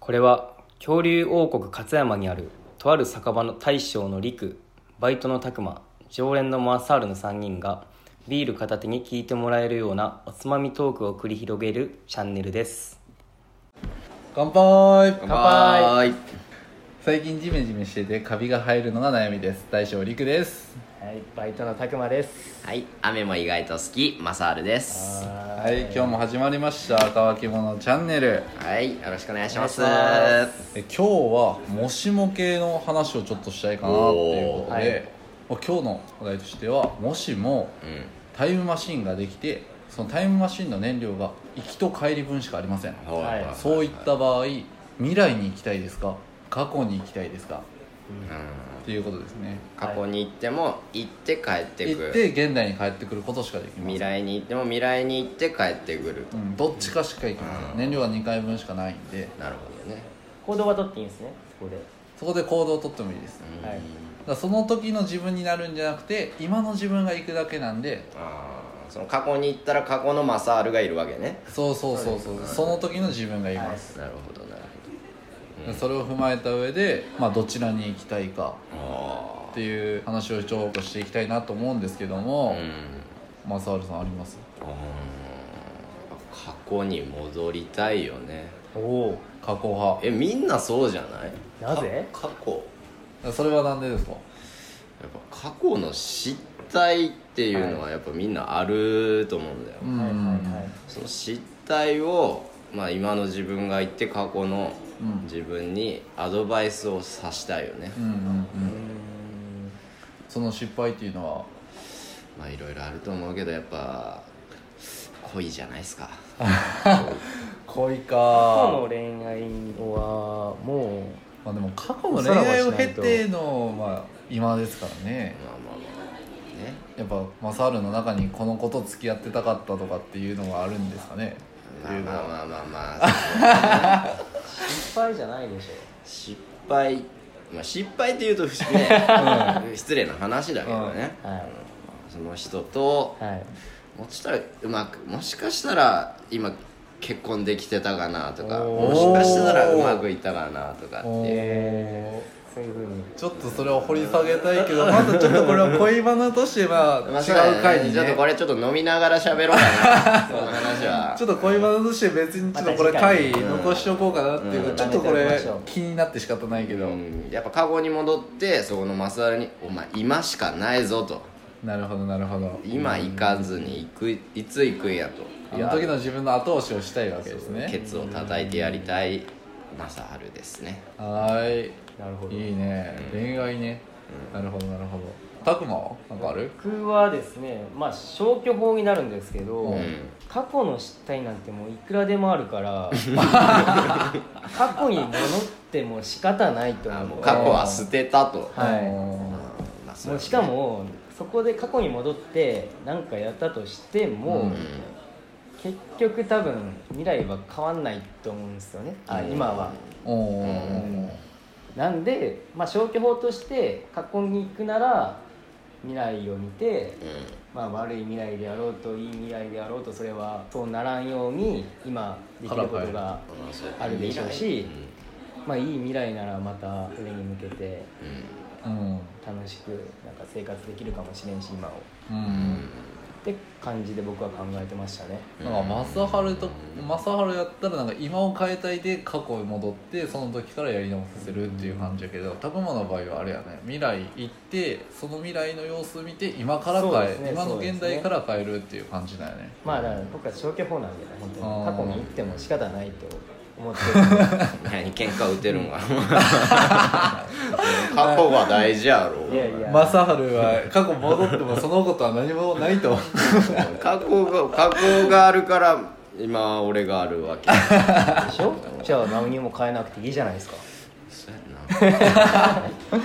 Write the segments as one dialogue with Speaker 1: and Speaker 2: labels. Speaker 1: これは恐竜王国勝山にあるとある酒場の大将の陸バイトの拓磨常連のマーサールの3人がビール片手に聞いてもらえるようなおつまみトークを繰り広げるチャンネルです
Speaker 2: 乾杯
Speaker 1: 乾杯
Speaker 2: 最近ジメジメしててカビが生えるのが悩みです大将陸です
Speaker 1: はいバイトの拓磨です
Speaker 3: はい、雨も意外と好き、マサールです。
Speaker 2: はい今日も始まりました乾き物チャンネル
Speaker 3: はい、よろしくお願いします。
Speaker 1: お願いし
Speaker 2: え今日はもしも系の話をちょっとしたいかなっていうことで、今日のお題としてはもしも
Speaker 3: うん、
Speaker 2: タイムマシンができてそのタイムマシンの燃料が行きと帰り分しかありません
Speaker 1: はい
Speaker 2: そういった場合未来に行きたいですか過去に行きたいですか
Speaker 3: うん
Speaker 2: っていうことですね
Speaker 3: 過去に行っても、行って帰ってく
Speaker 2: 行っ
Speaker 3: る。
Speaker 2: て現代に帰ってくることしかできません
Speaker 3: 未来に行っても、未来に行って帰ってくる
Speaker 2: う。ん、どっちかしか行けません、燃料は2回分しかないんで
Speaker 3: なるほどね。
Speaker 1: 行動は取っていいんですねここで
Speaker 2: そこで行動をとってもいいです、だ
Speaker 3: うん
Speaker 1: はい
Speaker 2: からその時の自分になるんじゃなくて今の自分が行くだけなんで
Speaker 3: あーその過去に行ったら、過去のマサールがいるわけね。
Speaker 2: そうそうそうそうその時の自分がいます、
Speaker 3: なるほど、なる
Speaker 2: それを踏まえた上で、まあ、どちらに行きたいか
Speaker 3: ほ
Speaker 2: っていう話をちょっとしていきたいなと思うんですけど
Speaker 3: ど。あ
Speaker 2: も
Speaker 3: ー、うん。
Speaker 2: マサールさんあります
Speaker 3: あー過去に戻りたいよね。
Speaker 1: おお
Speaker 2: 過去派だか
Speaker 3: え、みんなそうじゃない
Speaker 1: なぜ
Speaker 3: か過去。
Speaker 2: らそれは何でですか
Speaker 3: やっぱ過去の失態っていうのはやっぱみんなあると思うんだよ、
Speaker 2: うん、
Speaker 1: はいはいはい
Speaker 3: その失態を、まあ、今の自分が言って過去の
Speaker 2: うん
Speaker 3: 自分にアドバイスをさしたいよね
Speaker 2: う、んうんうんその失敗っていうのは
Speaker 3: まあいろいろあると思うけどやっぱ恋じゃないですか
Speaker 2: 恋か
Speaker 1: 過去の恋愛はも
Speaker 2: まあでも過去の恋愛を経ての、まあ、今ですからね
Speaker 3: まあまあまあね
Speaker 2: やっぱマサールの中にこの子と付き合ってたかったとかっていうのがあるんですかね
Speaker 3: まあまあまあまあまあ
Speaker 1: う失敗じゃないでしょ
Speaker 3: 失敗まあ失敗ってい うと不思議ね失礼な話だけどね、
Speaker 1: は
Speaker 3: その人と
Speaker 1: いはい
Speaker 3: もしかしたらうまくもしかしたら今結婚できてたかなとか
Speaker 1: おー
Speaker 3: もしかしたらうまくいったかなとかって
Speaker 2: お
Speaker 3: いう
Speaker 2: ー
Speaker 1: そういうふうに
Speaker 2: ちょっとそれを掘り下げたい けどまずちょっとこれは恋バナとしては
Speaker 3: まあそう
Speaker 2: 違う
Speaker 3: だ
Speaker 2: 回
Speaker 3: ね
Speaker 2: に
Speaker 3: ちょっと
Speaker 2: ね
Speaker 3: これちょっと飲みながら喋ろうかなこの話 は
Speaker 2: ちょっと恋バナとして別にちょっとこれ
Speaker 1: また
Speaker 2: 回
Speaker 1: 次
Speaker 2: 残しておこうかなっていう
Speaker 1: うん
Speaker 2: かちょっとこれ
Speaker 1: また次回
Speaker 2: 気になって仕方ないけど
Speaker 3: うんやっぱ過去に戻ってそこのマスダに「お前今しかないぞ」と
Speaker 2: なるほどなるほど
Speaker 3: 「今行かずに行くいつ行くんや」と
Speaker 2: あの時の自分の後押しをしたいわけです
Speaker 3: ケ
Speaker 2: ね
Speaker 3: ツを叩いてやりたいマサハルですね
Speaker 2: はーい
Speaker 1: なるほど
Speaker 2: いいね、恋愛ね、なるほどなるほどたくまはなんかある
Speaker 1: 僕はですねまあ消去法になるんですけど、
Speaker 2: うん
Speaker 3: うん
Speaker 1: 過去の失態なんてもういくらでもあるから過去に戻っても仕方ないと
Speaker 3: あ
Speaker 1: 思
Speaker 3: も
Speaker 1: う
Speaker 3: う過去は捨てたと
Speaker 1: はい
Speaker 2: い
Speaker 3: まあそ
Speaker 1: もう
Speaker 3: うだね
Speaker 1: しかもそこで過去に戻って何かやったとしても、
Speaker 2: うん
Speaker 1: 結局多分未来は変わんないと思うんですよね、あ
Speaker 3: うん
Speaker 1: 今は
Speaker 2: おお
Speaker 1: なんで、まあ、消去法として過去に行くなら未来を見て
Speaker 3: うん
Speaker 1: まあ、悪い未来であろうといい未来であろうとそれはそうならんように今できることが、あるでしょうしまあ、いい未来ならまたそれに向けて
Speaker 3: うんうん
Speaker 2: うん
Speaker 1: 楽しくなんか生活できるかもしれんし今をっ
Speaker 2: う
Speaker 3: うん
Speaker 2: ん
Speaker 1: て感じで僕は考えてましたね
Speaker 2: なんか正春と正春やったらなんか今を変えたいで過去へ戻ってその時からやり直させるっていう感じやけど拓磨の場合はあれやね未来行ってその未来の様子見て今から変
Speaker 1: そうで
Speaker 2: え
Speaker 1: す、ね
Speaker 2: 今の
Speaker 1: そうですね
Speaker 2: 現代から変えるっていう感じだよね
Speaker 1: まあだから僕は消去法なんでね本当に
Speaker 2: あ
Speaker 1: 過
Speaker 2: ー
Speaker 1: 去に行っても仕方ないと思ってる
Speaker 3: 何喧嘩打てるんか過去が大事やろ
Speaker 1: いやいや
Speaker 2: 正春は過去戻ってもそのことは何もないと
Speaker 3: 過去が過去があるから今俺があるわけ
Speaker 1: でしょじゃあ何も変えなくていいじゃないですか
Speaker 3: そうやな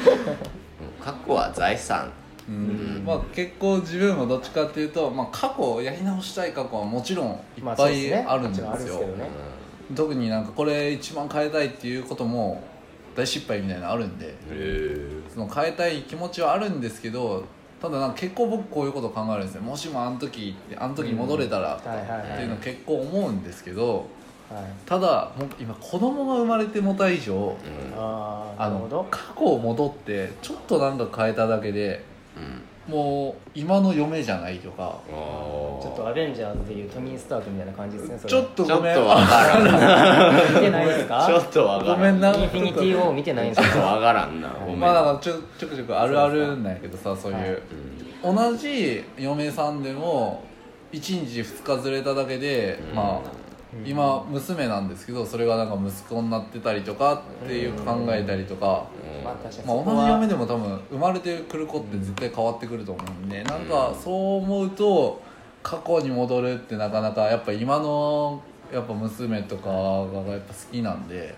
Speaker 3: 過去は財産
Speaker 2: うんまあ、結構自分もどっちかっていうと、まあ、過去をやり直したい過去はもちろんいっ
Speaker 1: まあ
Speaker 2: ぱ
Speaker 1: そうす
Speaker 2: い
Speaker 1: ね
Speaker 2: あるんですよ、
Speaker 1: もちろんあるんですけどね
Speaker 2: 特になんかこれ一番変えたいっていうことも大失敗みたいなのあるんで
Speaker 3: へ
Speaker 2: その変えたい気持ちはあるんですけどただなんか結構僕こういうこと考えるんですねもしもあの時あの時戻れたら
Speaker 1: はいはい
Speaker 2: って
Speaker 1: はい
Speaker 2: いうの結構思うんですけど、
Speaker 4: はい
Speaker 2: ただもう今子供が生まれてもた以上
Speaker 3: うん
Speaker 4: ああ
Speaker 2: あ
Speaker 4: なるほど
Speaker 2: の過去を戻ってちょっとなんか変えただけで
Speaker 3: うん
Speaker 2: もう今の嫁じゃないとか
Speaker 3: あー
Speaker 4: ちょっとアベンジャーズでいうトニー・スタークみたいな感じですねそれ
Speaker 2: ちょっと
Speaker 3: ちょ
Speaker 2: ご
Speaker 3: っ
Speaker 2: めん
Speaker 3: とわからん
Speaker 4: 見てないです
Speaker 3: ちょ
Speaker 4: か
Speaker 3: っとわか ら
Speaker 2: ごめんな
Speaker 4: インフィニティ・ウォー見てないん
Speaker 3: ちょ
Speaker 4: で
Speaker 3: っ
Speaker 4: す
Speaker 3: と
Speaker 4: か
Speaker 3: わからんなごめん
Speaker 2: まあだからちょちょくちょくあるあるなんやけどさそういう、
Speaker 3: うん
Speaker 2: 同じ嫁さんでも1日2日ずれただけで、
Speaker 3: うん
Speaker 2: まあ今娘なんですけどそれがなんか息子になってたりとかっていう考えたりとか、
Speaker 4: まあ確かにそ
Speaker 2: まあ、
Speaker 4: こ
Speaker 2: 同じ嫁
Speaker 4: は
Speaker 2: でも多分生まれてくる子って絶対変わってくると思うんでなんかそう思うと過去に戻るってなかなかやっぱ今のやっぱ娘とかがやっぱ好きなんで、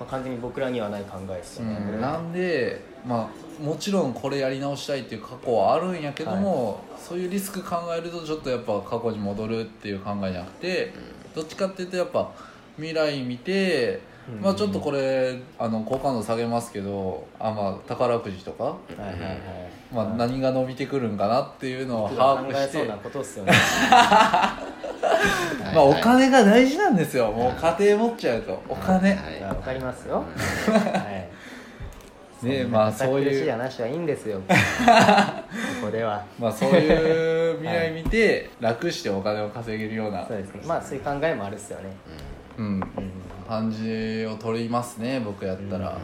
Speaker 4: まあ完全に僕らにはない考えです
Speaker 2: う
Speaker 4: よね
Speaker 2: ん、なんでまあもちろんこれやり直したいっていう過去はあるんやけども、そういうリスク考えるとちょっとやっぱ過去に戻るっていう考えじゃなくて、どっちかっていうとやっぱ未来見て、
Speaker 4: うん
Speaker 2: まあちょっとこれあの好感度下げますけどあまあ宝くじとか。
Speaker 4: はいはいはい
Speaker 2: まあ、何が伸びてくるんかなっていうのを把
Speaker 4: 考
Speaker 2: 握
Speaker 4: え
Speaker 2: し
Speaker 4: そう
Speaker 2: て、
Speaker 4: なことっすよね
Speaker 2: まあ、お
Speaker 3: は
Speaker 2: 金が大事なんですよもう家庭持っちゃうとお金、
Speaker 3: いはい
Speaker 4: いやわかりますよはい
Speaker 2: ねまあそう
Speaker 4: 堅苦し
Speaker 2: い、
Speaker 4: いう話はいいんですよここでは
Speaker 2: まあ、そういう未来見て楽してお金を稼げるような、
Speaker 4: そうですねまあそういう考えもあるっすよね
Speaker 2: うん、
Speaker 4: うん
Speaker 2: 感じを取りますね僕やったら、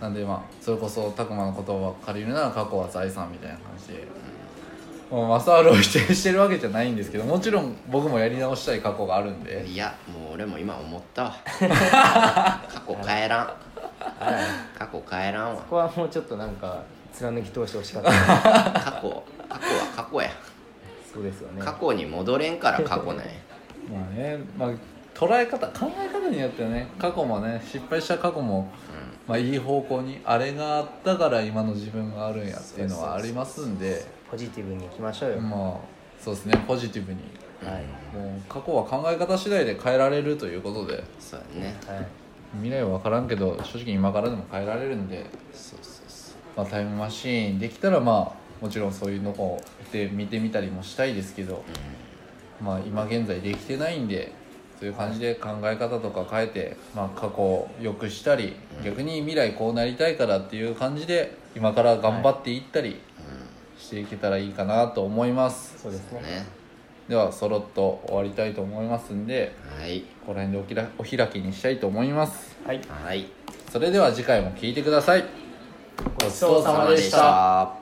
Speaker 2: なんでまあそれこそ拓磨の言葉を借りるなら過去は財産みたいな感じで、もうマサールを否定してるわけじゃないんですけどもちろん僕もやり直したい過去があるんで
Speaker 3: いやもう俺も今思ったわ過去変えらん過去変えらんわ
Speaker 4: ここはもうちょっとなんか貫き通してほしかったな
Speaker 3: 過去過去は過去や
Speaker 4: そうですよね
Speaker 3: 過去に戻れんから過去ない
Speaker 2: まあね、まあ、捉え方考え方によってはね過去もね失敗した過去も、まあ、いい方向にあれがあったから今の自分があるんやっていうのはありますんで
Speaker 4: ポジティブにいきましょうよ、
Speaker 2: まあそうですねポジティブに
Speaker 4: はい
Speaker 2: もう過去は考え方次第で変えられるということで
Speaker 3: そうやね
Speaker 4: はい
Speaker 2: 未来は分からんけど正直今からでも変えられるんで、
Speaker 3: そうそうそ
Speaker 2: まあ、タイムマシーンできたらまあもちろんそういうのをで見てみたりもしたいですけど、まあ今現在できてないんでそういう感じで考え方とか変えて、まあ、過去を良くしたり、逆に未来こうなりたいからっていう感じで今から頑張っていったりしていけたらいいかなと思います、
Speaker 4: そうです
Speaker 3: う
Speaker 4: ね
Speaker 3: ね
Speaker 2: ではそろっと終わりたいと思いますんで
Speaker 3: はい
Speaker 2: ここら辺でおきらお開きにしたいと思います
Speaker 4: はい
Speaker 3: はい
Speaker 2: それでは次回も聞いてください
Speaker 4: ごちそうさまでした
Speaker 3: た